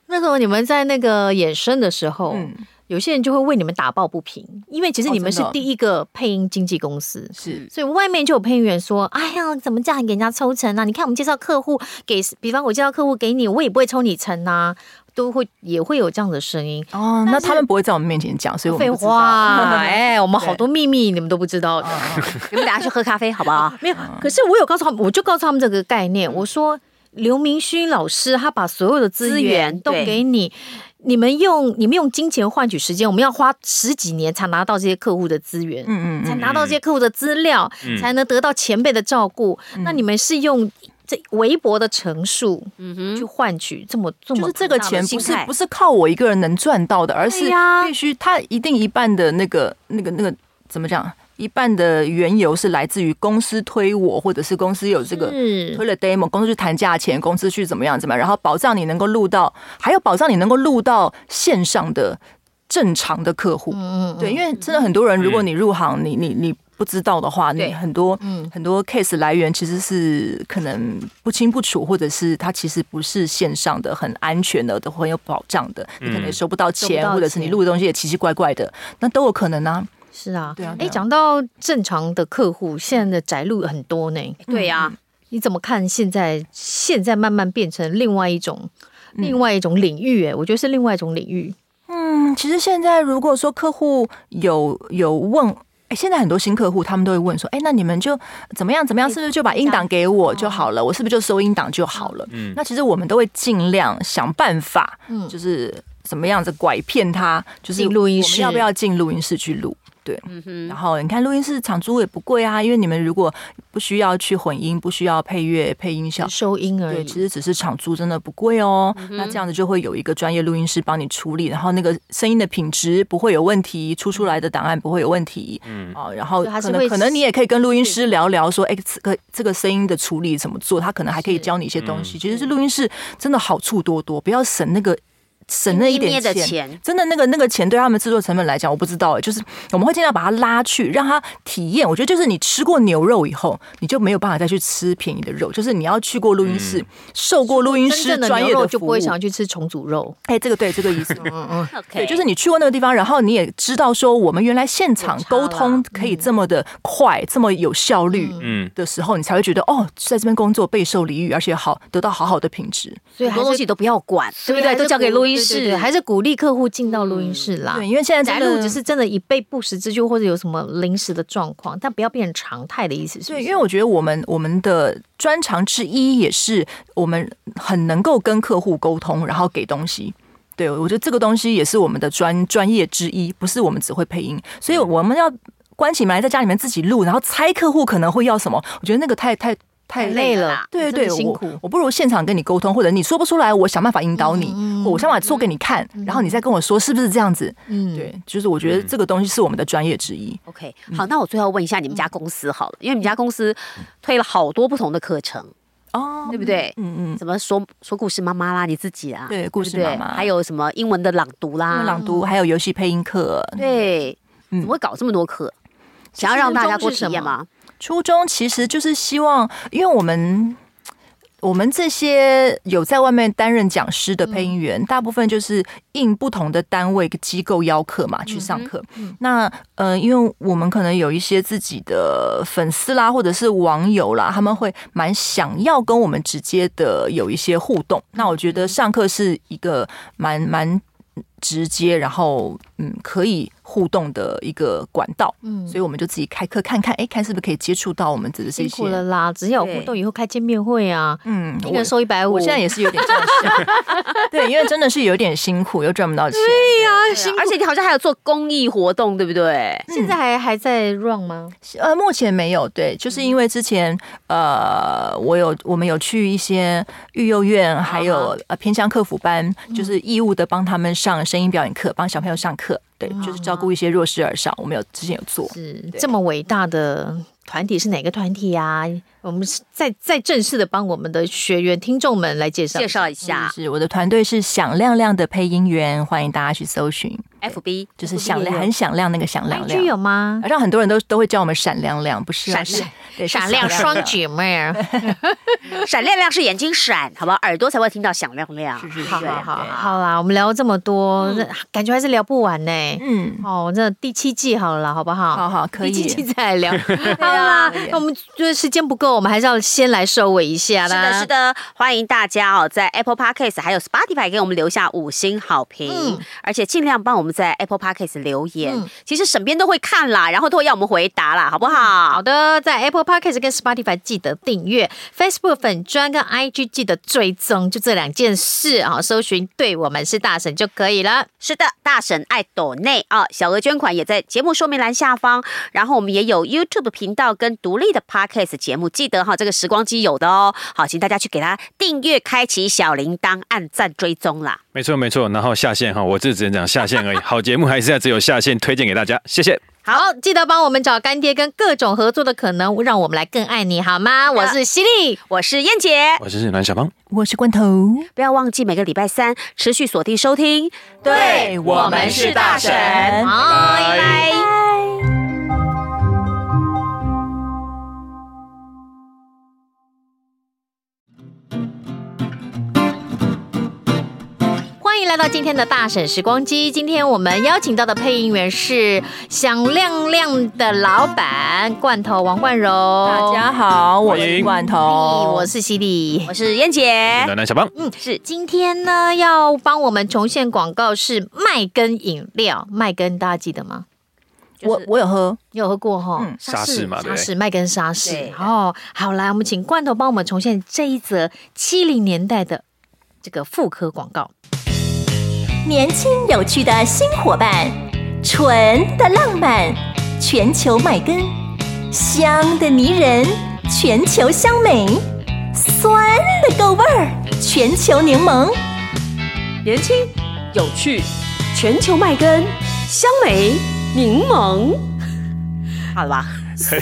Speaker 5: 那时候你们在那个衍生的时候，
Speaker 3: 嗯，
Speaker 5: 有些人就会为你们打抱不平，因为其实
Speaker 3: 哦
Speaker 5: 你们
Speaker 3: 真
Speaker 5: 是
Speaker 3: 的哦
Speaker 5: 第一个配音经纪公司，
Speaker 3: 是
Speaker 5: 所以外面就有配音员说：“哎呀，怎么这样给人家抽成啊？你看我们介绍客户给，比方我介绍客户给你，我也不会抽你成啊，都会也会有这样的声音。”
Speaker 3: 哦，那他们不会在我们面前讲，所以我们
Speaker 5: 废
Speaker 3: 不知道
Speaker 5: 话，哎，我们好多秘密你们都不知道的。
Speaker 3: 嗯
Speaker 2: 哼，你们等下去喝咖啡好不好？
Speaker 5: 没有，
Speaker 3: 啊
Speaker 5: 可是我有告诉他们，我就告诉他们这个概
Speaker 3: 嗯
Speaker 5: 念，我说刘明勋老师他把所有的资
Speaker 2: 资
Speaker 5: 源
Speaker 2: 源
Speaker 5: 都
Speaker 2: 对
Speaker 5: 给你，你们用你们用金钱换取时间，我们要花十几年才拿到这些客户的资源。
Speaker 3: 嗯嗯
Speaker 5: 才
Speaker 3: 嗯，
Speaker 5: 拿到这些客户的资料，
Speaker 4: 嗯
Speaker 5: 才能得到前辈的照顾。
Speaker 3: 嗯
Speaker 5: 那你们是用这微薄的乘数
Speaker 2: 嗯
Speaker 5: 去
Speaker 2: 哼，
Speaker 5: 换取这么这么
Speaker 3: 就是这个钱
Speaker 5: 庞
Speaker 3: 不
Speaker 5: 大的
Speaker 3: 是
Speaker 5: 信
Speaker 2: 态
Speaker 3: 不是靠我一个人能赚到的，而是
Speaker 5: 对呀
Speaker 3: 必须他一定一半的那个那个那个怎么讲，一半的缘由是来自于公司推我，或者是公司有这个。
Speaker 5: 任
Speaker 3: 推了 demo，公司去谈价钱，公司去怎么样怎么样，然后保障你能够录到，还有保障你能够录到线上的正常的客户。
Speaker 5: 嗯嗯，
Speaker 3: 对，因为真的很多人，如果你入行，你你你不知道的话，
Speaker 2: 对
Speaker 3: 你很多
Speaker 5: 嗯
Speaker 3: 很多 case 来源其实是可能不清不楚，或者是它其实不是线上的、很安全的、都很有保障的，你可能也收不到
Speaker 5: 嗯收不
Speaker 3: 钱，
Speaker 5: 到
Speaker 3: 或者是你录的东西也奇奇怪怪的，那都有可能啊。
Speaker 5: 是啊，
Speaker 3: 对啊对
Speaker 5: 哎，
Speaker 3: 啊
Speaker 5: 讲到正常的客户，现在的宅路很多呢，
Speaker 2: 对呀，
Speaker 5: 你怎么看现在现在慢慢变成另外一种？另外一种领域、哎，我觉得是另外一种领域。
Speaker 3: 嗯，其实现在如果说客户有有问，哎、现在很多新客户他们都会问说，哎、那你们就怎么样怎么样，是不是就把音档给我
Speaker 5: 哦
Speaker 3: 就好了？我是不是就收音档就好了？
Speaker 4: 嗯
Speaker 3: 那其实我们都会尽量想办法，
Speaker 5: 嗯
Speaker 3: 就是怎么样子拐骗他，就是
Speaker 5: 进录音
Speaker 3: 我们
Speaker 5: 室
Speaker 3: 要不要进录音室去录？对。
Speaker 2: 嗯哼
Speaker 3: 然，后你看录音室场租也不贵啊，因为你们如果不需要去混音，不需要配乐、配音效，
Speaker 5: 收音而
Speaker 3: 对，
Speaker 5: 已。
Speaker 3: 其实只是场租真的不贵哦。
Speaker 5: 嗯
Speaker 3: 那这样子就会有一个专业录音师帮你处理，然后那个声音的品质不会有问题，出出来的档案不会有问题。嗯，哦，然后
Speaker 5: 就还是
Speaker 3: 可能
Speaker 5: 会
Speaker 3: 可能你也可以跟录音师聊聊说，哎，这个这个声音的处理怎么做，他可能还可以教你一些东西。其实是录音室真的好处多多，不要省那个。省那一
Speaker 2: 一捏
Speaker 3: 点
Speaker 2: 的
Speaker 3: 钱，
Speaker 2: 钱
Speaker 3: 真的那个那个钱对他们制作成本来讲，我不知道哎，就是我们会尽量把它拉去，让他体验。我觉得就是你吃过牛肉以后，你就没有办法再去吃便宜的肉，就是你要去过录音室，受过录音
Speaker 5: 真
Speaker 3: 师
Speaker 5: 正的
Speaker 3: 专
Speaker 5: 牛
Speaker 3: 业
Speaker 5: 肉
Speaker 3: 的
Speaker 5: 就
Speaker 3: 服务
Speaker 5: 不会。想去吃重组肉。
Speaker 3: 哎，这个对，这个意思。
Speaker 5: 嗯嗯，
Speaker 2: OK，
Speaker 3: 对，就是你去过那个地方，然后你也知道说，我们原来现场
Speaker 5: 有差啦
Speaker 3: 沟通可以这么的快，这么有效率
Speaker 4: 嗯，
Speaker 3: 的时候，你才会觉得哦，在这边工作备受礼遇，而且好得到好好的品质。
Speaker 5: 所以
Speaker 2: 很多东西都不要管，对不对？都交给录音室，
Speaker 5: 还是鼓励客户进到录音室啦。
Speaker 3: 嗯对，因为现在
Speaker 5: 来
Speaker 3: 真
Speaker 5: 录
Speaker 3: 的
Speaker 5: 只是真的以备不时之需，或者有什么临时的状况，但不要变成常态的意思是不
Speaker 3: 对，
Speaker 5: 是
Speaker 3: 因为我觉得我们我们的专长之一也是我们很能够跟客户沟通，然后给东西。对，我觉得这个东西也是我们的专专业之一，不是我们只会配音，所以
Speaker 5: 嗯
Speaker 3: 我们要关起门来在家里面自己录，然后猜客户可能会要什么。我觉得那个太太太
Speaker 5: 太累了
Speaker 2: 啦，
Speaker 3: 对
Speaker 5: 啊真
Speaker 3: 对，
Speaker 5: 的辛
Speaker 3: 我
Speaker 5: 苦。
Speaker 3: 我不如现场跟你沟通，或者你说不出来，我想办法引导你，
Speaker 5: 嗯嗯
Speaker 3: 我想办法做给你看，然后你再跟我说是不是这样子。
Speaker 5: 嗯，
Speaker 3: 对，就是我觉得这个东西是我们的专业之一。
Speaker 2: OK，好，嗯那我最后问一下你们家公司好了，因为你们家公司推了好多不同的课程，
Speaker 3: 哦，
Speaker 2: 对不对？
Speaker 3: 嗯嗯，
Speaker 2: 什么说说故事妈妈啦，你自己啊，
Speaker 3: 对
Speaker 2: 不
Speaker 3: 故事妈妈
Speaker 2: 还有什么英文的朗读啦，
Speaker 3: 朗读还有游戏配音课，
Speaker 2: 对，怎
Speaker 3: 嗯
Speaker 2: 么会搞这么多课？想要让大家多体验吗？
Speaker 3: 初衷其实就是希望，因为我们。我们这些有在外面担任讲师的配音员，大部分就是应不同的单位机构邀课嘛去上课。那呃，因为我们可能有一些自己的粉丝啦，或者是网友啦，他们会蛮想要跟我们直接的有一些互动。那我觉得上课是一个蛮蛮直接，然后嗯可以互动的一个管道。
Speaker 5: 嗯
Speaker 3: 所以我们就自己开课看看，哎，看是不是可以接触到我们这这
Speaker 5: 辛苦了
Speaker 3: 些。
Speaker 5: 啦，只要有互动，以后开见面会啊，
Speaker 3: 嗯，
Speaker 5: 一个人
Speaker 3: 我
Speaker 5: 收一百五，
Speaker 3: 我嗯现在也是有点这样想， 对，因为真的是有点辛苦，又赚不到钱。对呀、
Speaker 2: 对啊而且你好像还有做公益活动，对不对？
Speaker 5: 现在还还在 run 吗？
Speaker 3: 呃，目前没有，对，就是因为之前呃，我有我们有去一些育幼院，还
Speaker 5: 啊
Speaker 3: 有呃偏乡客服班，
Speaker 5: 嗯
Speaker 3: 就是义务的帮他们上声音表演课，帮小朋友上课，对，就是照顾一些弱势而上，我们有之前有做。
Speaker 5: 啊是这么伟大的团体是哪个团体呀？我们是再再正式的帮我们的学员听众们来介绍
Speaker 2: 介绍一下
Speaker 3: 啊是我的团队是响亮亮的配音员，欢迎大家去搜寻，
Speaker 2: FB
Speaker 3: 就是响亮很响亮那个响亮
Speaker 5: ，IG 有
Speaker 3: 亮。
Speaker 5: 吗
Speaker 3: 啊？让很多人都都会叫我们闪亮亮，不是、啊、
Speaker 2: 闪亮
Speaker 3: 是对是
Speaker 5: 闪亮双
Speaker 3: 亮
Speaker 5: 姐妹儿，
Speaker 2: 闪亮亮是眼睛闪，好吧，耳朵才会听到响亮亮。
Speaker 3: 是是是
Speaker 2: 对
Speaker 5: 好
Speaker 2: 不对
Speaker 5: 好好，好啦，我们聊了这么多，那感觉还是聊不完呢。
Speaker 3: 嗯，
Speaker 5: 哦，那第七季好了，好不好？
Speaker 3: 好好可以
Speaker 5: 第七季再来聊。好啦
Speaker 3: 可以，
Speaker 5: 那我们觉得时间不够，我们还是要先来收尾一下
Speaker 2: 是
Speaker 5: 啦。
Speaker 2: 的，是的，欢迎大家哦，在 Apple Podcast 还有 Spotify 给我们留下五星好评，
Speaker 5: 嗯
Speaker 2: 而且尽量帮我们在 Apple Podcast 留言。
Speaker 5: 嗯
Speaker 2: 其实沈编都会看啦，然后都会要我们回答啦，好不好？
Speaker 5: 好的，在 Apple Podcast 跟 Spotify 记得订阅，Facebook 粉专跟 IG 记得追踪，就这两件事啊，搜寻对我们是大神就可以了。
Speaker 2: 是的，大婶爱抖内啊，小额捐款也在节目说明栏下方。然后我们也有 YouTube 频道跟独立的 Podcast 节目，记得哈，这个时光机有的哦。好，请大家去给它订阅、开启小铃铛、按赞、追踪啦。
Speaker 4: 没错没错。然后下线哈，我这只能讲下线而已。好节目还是要只有下线推荐给大家，谢谢。
Speaker 5: 好，记得帮我们找干爹跟各种合作的可能，让我们来更爱你，好吗？我是犀利，
Speaker 2: 我是燕姐，
Speaker 4: 我是阮小芳。
Speaker 3: 我是罐头。
Speaker 2: 不要忘记每个礼拜三持续锁定收听。
Speaker 3: 对我们是大神
Speaker 5: 好，拜拜。欢迎来到今天的大婶时光机。今天我们邀请到的配音员是响亮亮的老板罐头王冠荣，
Speaker 3: 大家好，我
Speaker 4: 欢
Speaker 3: 是
Speaker 4: 迎
Speaker 3: 罐
Speaker 5: 嘿
Speaker 3: 头，
Speaker 5: 哎我是犀利嗯
Speaker 2: 我。是燕姐，
Speaker 4: 暖暖小芳，
Speaker 2: 是
Speaker 5: 今天呢，要帮我们重现广告是麦根饮料，麦根大家记得吗？
Speaker 3: 我我有喝，
Speaker 5: 你有喝过哈、
Speaker 3: 嗯
Speaker 4: 沙士嘛对
Speaker 5: 沙士麦根沙士
Speaker 2: 对。
Speaker 5: 哦，好来，我们请罐头帮我们重现这一则七零年代的这个妇科广告。
Speaker 6: 年轻有趣的新伙伴，纯的浪漫，全球买根，香的迷人，全球香美，酸的够味儿，全球柠檬。
Speaker 7: 年轻、有趣，全球麦根、香莓、柠檬，
Speaker 2: 好 了吧？
Speaker 7: 真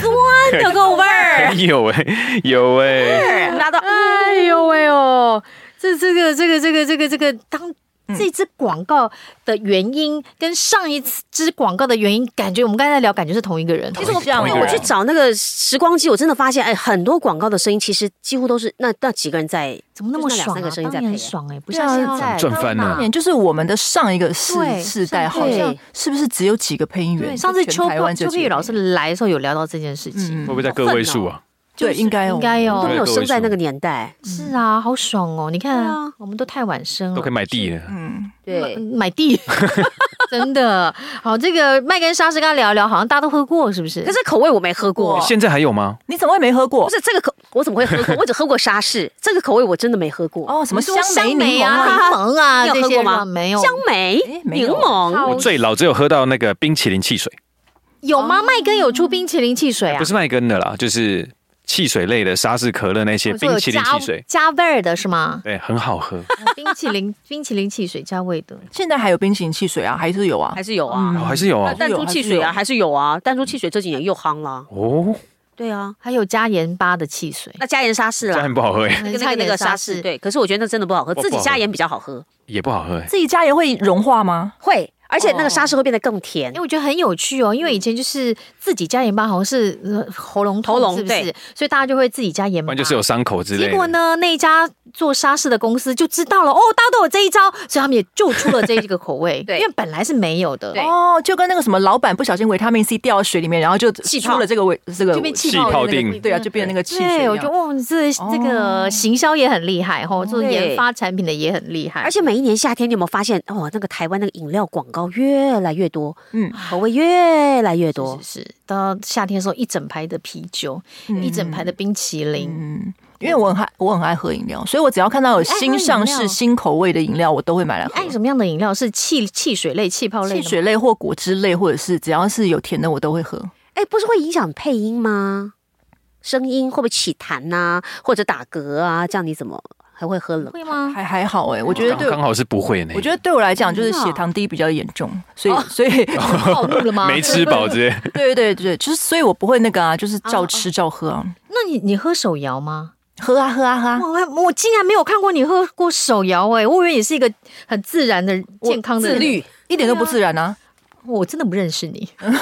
Speaker 7: 的够味 儿。
Speaker 4: 有哎、有哎、
Speaker 2: 拿到
Speaker 5: 哎呦喂哦，这这个这个这个这个这个当。这支广告的原因跟上一次支广告的原因，感觉我们刚才在聊，感觉是同一个人。
Speaker 4: 其实我
Speaker 2: 因为我去找那个时光机，我真的发现，哎，很多广告的声音其实几乎都是那那几个人在，
Speaker 5: 怎么那么
Speaker 2: 就是
Speaker 5: 爽
Speaker 2: 那
Speaker 5: 啊
Speaker 2: 两三个？声音
Speaker 5: 当
Speaker 2: 在
Speaker 5: 年
Speaker 2: 配
Speaker 5: 很
Speaker 2: 啊
Speaker 5: 爽哎，不
Speaker 3: 对啊
Speaker 5: 像现在
Speaker 4: 赚翻了
Speaker 5: 天哪
Speaker 3: 就是我们的上一个世
Speaker 5: 对
Speaker 3: 世代，好像
Speaker 5: 对
Speaker 3: 是不是只有几个配音员？
Speaker 5: 对啊上次
Speaker 3: 全
Speaker 5: 邱
Speaker 3: 台湾就
Speaker 5: 邱佩
Speaker 3: 几
Speaker 5: 宇
Speaker 3: 个
Speaker 5: 老，师来的时候有聊到这件事
Speaker 3: 嗯
Speaker 5: 情，
Speaker 4: 会不，会在个位数啊？
Speaker 3: 对，应该哦
Speaker 5: 应该
Speaker 2: 都没
Speaker 5: 哦，
Speaker 2: 有生在那个年代，
Speaker 5: 是啊，好爽哦！你看啊，我们都太晚生
Speaker 4: 都
Speaker 5: 了
Speaker 4: 可以，买地了。
Speaker 3: 嗯，
Speaker 5: 买，买地， 真的好。这个麦根沙士跟他聊一聊，好像大家都喝过，是不是？
Speaker 2: 可是口味我没喝过
Speaker 3: 哇。
Speaker 4: 现在还有吗？
Speaker 3: 你怎么会没喝过
Speaker 2: 不？是这个口，我怎么会喝过？我只喝过沙士，这个口味我真的没喝过。
Speaker 3: 哦，什么
Speaker 5: 你说
Speaker 3: 香梅柠檬
Speaker 5: 啊、
Speaker 3: 啊？
Speaker 5: 柠檬啊
Speaker 2: 你有
Speaker 5: 这
Speaker 2: 喝
Speaker 5: 些
Speaker 2: 过吗
Speaker 5: 吗？没有，
Speaker 2: 香梅
Speaker 3: 诶、没
Speaker 2: 柠
Speaker 3: 有
Speaker 2: 檬，
Speaker 4: 我最老只有喝到那个冰淇淋汽水，
Speaker 5: 有吗？麦根有出冰淇淋汽水啊？
Speaker 4: 不是麦根的啦，就是汽水类的沙士、可乐那些
Speaker 5: 我说
Speaker 4: 冰
Speaker 5: 有
Speaker 4: 淇淋
Speaker 5: 加哦
Speaker 4: 汽水，
Speaker 5: 加味儿的是吗？
Speaker 4: 对，很好喝。
Speaker 5: 哦冰淇淋 冰淇淋汽水加味的，
Speaker 3: 现在还有冰淇淋汽水啊，还是有啊
Speaker 2: 还？是有啊。
Speaker 4: 哦，还是有
Speaker 2: 那
Speaker 4: 啊。
Speaker 2: 弹珠汽水啊，还是有啊。弹珠汽水这几年又夯了。
Speaker 4: 哦，
Speaker 2: 对啊，
Speaker 5: 还有加盐巴的汽水，
Speaker 2: 那加盐沙士
Speaker 4: 这样
Speaker 2: 啦
Speaker 4: 很，不好喝哎，
Speaker 5: 呃
Speaker 2: 那个那个那个沙士，对。可是我觉得那真的不好喝，
Speaker 4: 不
Speaker 2: 自己
Speaker 4: 好
Speaker 2: 加
Speaker 4: 喝
Speaker 2: 盐比较好喝。
Speaker 4: 也不好喝哎。
Speaker 3: 自己家也会融化吗？
Speaker 2: 会，而且那个沙士会变得更甜
Speaker 5: 哦因哎为。我觉得很有趣哦，因为以前就是自己加盐巴，好像是呃喉咙
Speaker 2: 喉
Speaker 5: 痛，
Speaker 2: 咙
Speaker 5: 是不是
Speaker 2: 对？
Speaker 5: 所以大家就会自己加盐
Speaker 4: 不
Speaker 5: 巴
Speaker 4: 然。就是有伤口之类
Speaker 5: 结果
Speaker 4: 的。
Speaker 5: 呢，那一家做沙士的公司就知道了，哦，大家都有这一招，所以他们也就出了这一个口味，
Speaker 2: 对
Speaker 5: 因为本来是没有的，
Speaker 2: 对
Speaker 3: 哦，就跟那个什么老板不小心维他命 C 掉到水里面，然后就出了这个味，这个
Speaker 5: 就变气
Speaker 4: 气泡
Speaker 5: 泡的那个
Speaker 4: 定
Speaker 3: 对啊，就变那个汽水一
Speaker 5: 对，
Speaker 3: 样。
Speaker 5: 我觉得哇，这这个行销也很厉害吼，做研发产品的也很厉害，
Speaker 2: 而且每一年夏天，你有没有发现哦，那个台湾那个饮料广告越来越多，
Speaker 3: 嗯
Speaker 2: 口味越来越多
Speaker 5: 是。是是到夏天的时候，一整排的啤酒，一整排的冰淇淋，
Speaker 3: 嗯，因为我很爱我很爱喝饮料，所以我只要看到有新上
Speaker 5: 哎你爱喝饮
Speaker 3: 市
Speaker 5: 料哎
Speaker 3: 新口味的饮料，我都会买来喝。
Speaker 5: 爱什么样的饮料？是汽汽水类、气泡类的
Speaker 3: 汽
Speaker 5: 吗
Speaker 3: 水类或果汁类，或者是只要是有甜的，我都会喝。
Speaker 2: 哎，不是会影响配音吗？声音会不会起痰呐、或者打嗝啊？这样你怎么还会喝冷？
Speaker 5: 会吗？
Speaker 3: 还还好哎、我觉得对，
Speaker 4: 刚好是不会呢。
Speaker 3: 我觉得对我来讲就是
Speaker 5: 哦
Speaker 3: 血糖低比较严重，所以所以
Speaker 5: 暴露了吗？
Speaker 4: 没吃饱之类。
Speaker 3: 对对对对，就是所以我不会那个啊，就是
Speaker 5: 哦
Speaker 3: 照吃照喝啊，
Speaker 5: 那你你喝手摇吗？
Speaker 3: 喝啊喝啊喝啊。
Speaker 5: 我我竟然没有看过你喝过手摇哎、我以为你是一个很自然的、健康的
Speaker 2: 自
Speaker 5: 人
Speaker 2: 律，，
Speaker 3: 一点都不自然啊！
Speaker 5: 我真的不认识你，
Speaker 2: 你们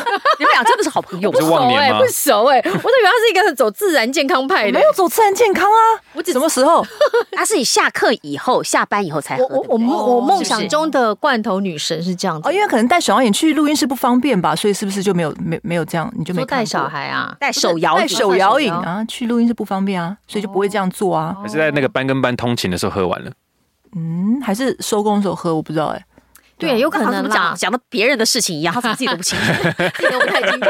Speaker 2: 俩真的是好朋友吗啊
Speaker 4: 不？是忘年吗
Speaker 5: 不熟哎、我都以为他是一个很走自然健康派的
Speaker 3: 没。有走自然健康啊！
Speaker 5: 我只
Speaker 3: 什么时候？
Speaker 2: 他是你下课以后、下班以后才喝。
Speaker 5: 我我
Speaker 2: 对不
Speaker 5: 我
Speaker 2: 对
Speaker 5: 梦我梦
Speaker 2: 是
Speaker 5: 想中的罐头女神是这样子，
Speaker 3: 哦，因为可能带小眼去录音室不方便吧，所以是不是就没有没没有这样，你就没
Speaker 5: 说
Speaker 3: 看过
Speaker 5: 带小孩啊，
Speaker 2: 带手摇
Speaker 3: 带
Speaker 2: 椅
Speaker 3: 手摇饮啊，去录音室不方便啊，所以就
Speaker 5: 哦
Speaker 3: 不会这样做啊。
Speaker 4: 还是在那个班跟班通勤的时候喝完了，
Speaker 3: 嗯，还是收工的时候喝，我不知道哎、
Speaker 5: 对，有可
Speaker 2: 他怎
Speaker 5: 能啊
Speaker 2: 么讲
Speaker 5: 啦，
Speaker 2: 讲到别人的事情一样，他怎么自己都不清楚？
Speaker 5: 自己都不太清楚。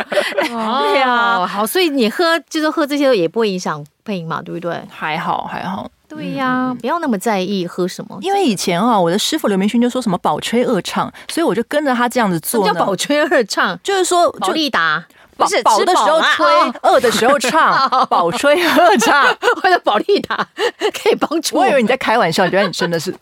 Speaker 5: 对啊，好，所以你喝就是喝这些也不会影响配音嘛，对不对？
Speaker 3: 还好还好，
Speaker 5: 对呀、不要那么在意喝什么。
Speaker 3: 因为以前啊，我的师傅刘明勋就说什么饱吹恶唱，所以我就跟着他这样子
Speaker 5: 什么
Speaker 3: 做
Speaker 5: 叫
Speaker 3: 呢。
Speaker 5: 饱吹二唱？
Speaker 3: 就是说，
Speaker 5: 保
Speaker 3: 就
Speaker 5: 利达，
Speaker 3: 饱
Speaker 2: 不是
Speaker 3: 饱哦
Speaker 2: 吃
Speaker 3: 的时候
Speaker 2: 饱啊
Speaker 3: 吹，饿的时候 唱，饱吹恶 唱。
Speaker 5: 为了保利达可以帮助
Speaker 3: 我以为
Speaker 5: 们
Speaker 3: 你在开玩笑，原来你真的 是。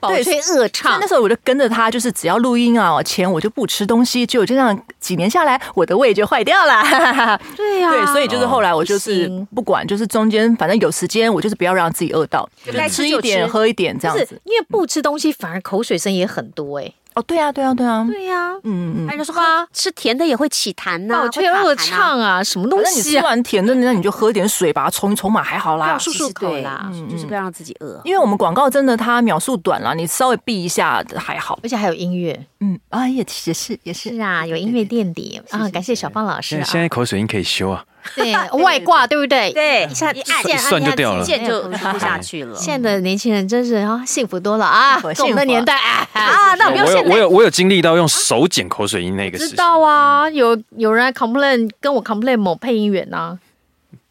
Speaker 5: 饱吹恶唱
Speaker 3: 那。时候我就跟着他，就是只要录音啊前我就不吃东西，结果就这样几年下来，我的胃就坏掉 了。
Speaker 5: 对呀、
Speaker 3: 对，所以就是后来我就是
Speaker 5: 不行
Speaker 3: 不管，就是中间反正有时间，我就是不要让自己饿到，就
Speaker 2: 该吃
Speaker 3: 吃
Speaker 2: 就
Speaker 3: 一点
Speaker 2: 吃
Speaker 3: 喝一点这
Speaker 5: 不
Speaker 3: 样
Speaker 5: 是
Speaker 3: 子。
Speaker 5: 因为不吃东西，反而口水声也很多哎、
Speaker 3: 哦，对啊，对啊，对啊，
Speaker 5: 对呀、
Speaker 3: 嗯嗯嗯。
Speaker 2: 人家说
Speaker 5: 啊
Speaker 2: 喝吃甜的也会起痰呐、
Speaker 5: 饱吹
Speaker 2: 会卡痰
Speaker 5: 恶
Speaker 2: 啊
Speaker 5: 唱啊，什么
Speaker 3: 反
Speaker 5: 东
Speaker 3: 正你
Speaker 5: 西
Speaker 3: 吃
Speaker 5: 啊？
Speaker 3: 完甜的，那你就喝一点水吧，冲一冲嘛，还好啦。
Speaker 5: 漱漱口啦，
Speaker 2: 对嗯就是不要让自己饿。
Speaker 3: 因为我们广告真的它秒数短啦，你稍微避一下还好。
Speaker 5: 而且还有音乐。
Speaker 3: 嗯，啊，也也是也是
Speaker 5: 是啊，有音乐垫底啊，感谢小芳老师
Speaker 4: 现在
Speaker 5: 啊，
Speaker 4: 现在口水音可以修啊，
Speaker 5: 对 外挂对不对？哎
Speaker 2: 对，
Speaker 5: 一下
Speaker 2: 一
Speaker 5: 按
Speaker 2: 按
Speaker 5: 键
Speaker 4: 一算就掉了
Speaker 2: 键就吃不下去了。
Speaker 5: 现在的年轻人真是啊幸福多了啊，
Speaker 3: 幸福
Speaker 5: 跟我们的
Speaker 3: 幸福
Speaker 5: 年代啊，
Speaker 2: 啊，那我们用
Speaker 4: 我有
Speaker 2: 现
Speaker 4: 我
Speaker 2: 在
Speaker 4: 有我有经历到用手剪口水音那个
Speaker 5: 知
Speaker 4: 事情，嗯
Speaker 5: 道啊，有有人来 complain 跟我 complain 某配音员啊，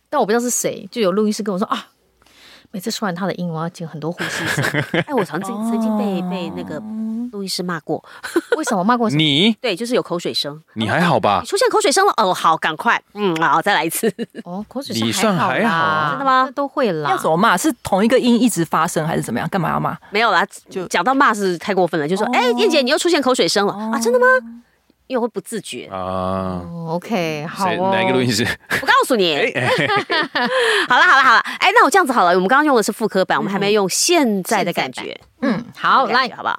Speaker 5: 但我不知道是谁，就有录音师跟我说啊， 每次说完他的音，我要剪很多呼吸声。
Speaker 2: 哎，我曾经曾经被被那个路易斯骂过，
Speaker 5: 为什么骂过什么？
Speaker 4: 你
Speaker 2: 对，就是有口水声，
Speaker 4: 你还好吧
Speaker 2: 你？出现口水声了，哦，好，赶快，嗯，好，再来一次，
Speaker 5: 哦，口水
Speaker 4: 嗯你
Speaker 5: 声
Speaker 4: 算
Speaker 5: 还
Speaker 4: 还好
Speaker 5: 好
Speaker 4: 啊
Speaker 5: 啦，
Speaker 2: 真的吗
Speaker 5: 那都会啦
Speaker 3: 要。怎么骂？是同一个音一直发生，还是怎么样？干嘛要骂？
Speaker 2: 没有啦，
Speaker 3: 就
Speaker 2: 讲到骂是太过分了，就说，哎、燕姐，你又出现口水声了、啊，真的吗？因为我会不自觉，
Speaker 4: 啊，
Speaker 5: 哦 OK，好
Speaker 4: 谁
Speaker 5: 哦。
Speaker 4: 哪一个录音师？嗯
Speaker 2: 我告诉你， 好了好了好了，哎，那我这样子好了，我们刚刚用的是复刻版，我们还没用嗯现在的感觉，
Speaker 5: 嗯，好，
Speaker 2: 感
Speaker 5: 来
Speaker 2: 觉，好不好？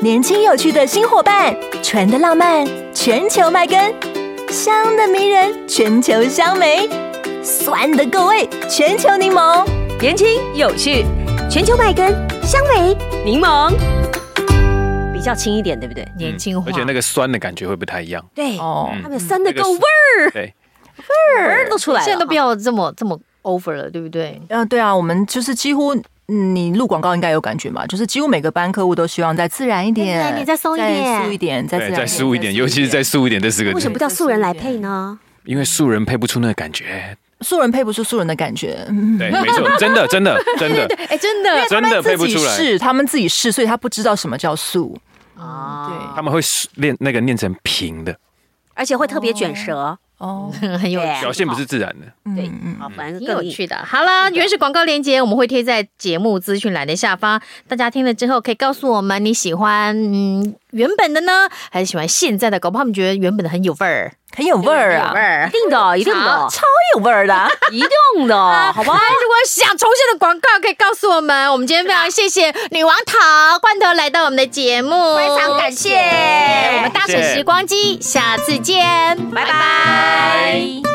Speaker 6: 年轻有趣的新伙伴，船的浪漫，全球麦根，香的迷人，全球香梅，酸的够味，全球柠檬。
Speaker 1: 嗯
Speaker 7: 年轻有趣，
Speaker 6: 全球麦根香梅，
Speaker 7: 柠檬
Speaker 2: 比较轻一点，对不对？
Speaker 5: 年轻化，
Speaker 4: 嗯而且那个酸的感觉会不太一样。
Speaker 2: 对，
Speaker 3: 哦，
Speaker 2: 他们有酸的
Speaker 4: 那个
Speaker 2: 够味
Speaker 4: 对，
Speaker 2: 儿，味儿都出来了，
Speaker 5: 现在都不要这么这么 over 了，对不对？
Speaker 3: 呃，对啊，我们就是几乎。嗯，你录广告应该有感觉嘛？就是几乎每个班客户都希望再自然一点，
Speaker 1: 对对你再松一
Speaker 3: 再
Speaker 1: 点
Speaker 3: 素一点，再自
Speaker 4: 对，
Speaker 3: 然
Speaker 4: 再素一点，尤其是再素一点这四个
Speaker 2: 为什
Speaker 4: 字
Speaker 2: 么不，叫素人来配呢？
Speaker 4: 因为素人配不出那个感觉。
Speaker 3: 素人配不出素人的感觉，嗯
Speaker 4: 对，没错，真的，真的，真的，
Speaker 5: 哎，真的，
Speaker 4: 真的配不出
Speaker 3: 他们自己
Speaker 4: 来。
Speaker 3: 是他们自己是，所以他不知道什么叫素。
Speaker 2: 啊，
Speaker 3: 对，
Speaker 4: 他们会练那个念成平的，
Speaker 2: 而且会特别卷舌，
Speaker 3: 哦，
Speaker 5: 很有
Speaker 2: 对
Speaker 5: 趣
Speaker 4: 表现不是自然的。
Speaker 2: 对
Speaker 3: 嗯嗯，
Speaker 2: 好，反正
Speaker 5: 挺
Speaker 2: 更
Speaker 5: 有趣的。好啦，原始广告链接我们会贴在节目资讯栏的下方，大家听了之后可以告诉我们你喜欢嗯原本的呢，还是喜欢现在的？搞不好你觉得原本的很有味儿，
Speaker 3: 很有味儿啊
Speaker 5: 有味，儿
Speaker 2: 一。定的，一定的
Speaker 5: 好，
Speaker 3: 有味儿的啊。
Speaker 2: 一
Speaker 5: 啊
Speaker 2: 定
Speaker 5: 哦
Speaker 2: 的， 好吧？
Speaker 5: 哎如果想重现的广告，可以告诉我们。我们今天非常谢谢女王桃罐头来到我们的节目，非常感谢我们大婶时光机，下次见，拜拜
Speaker 4: 拜。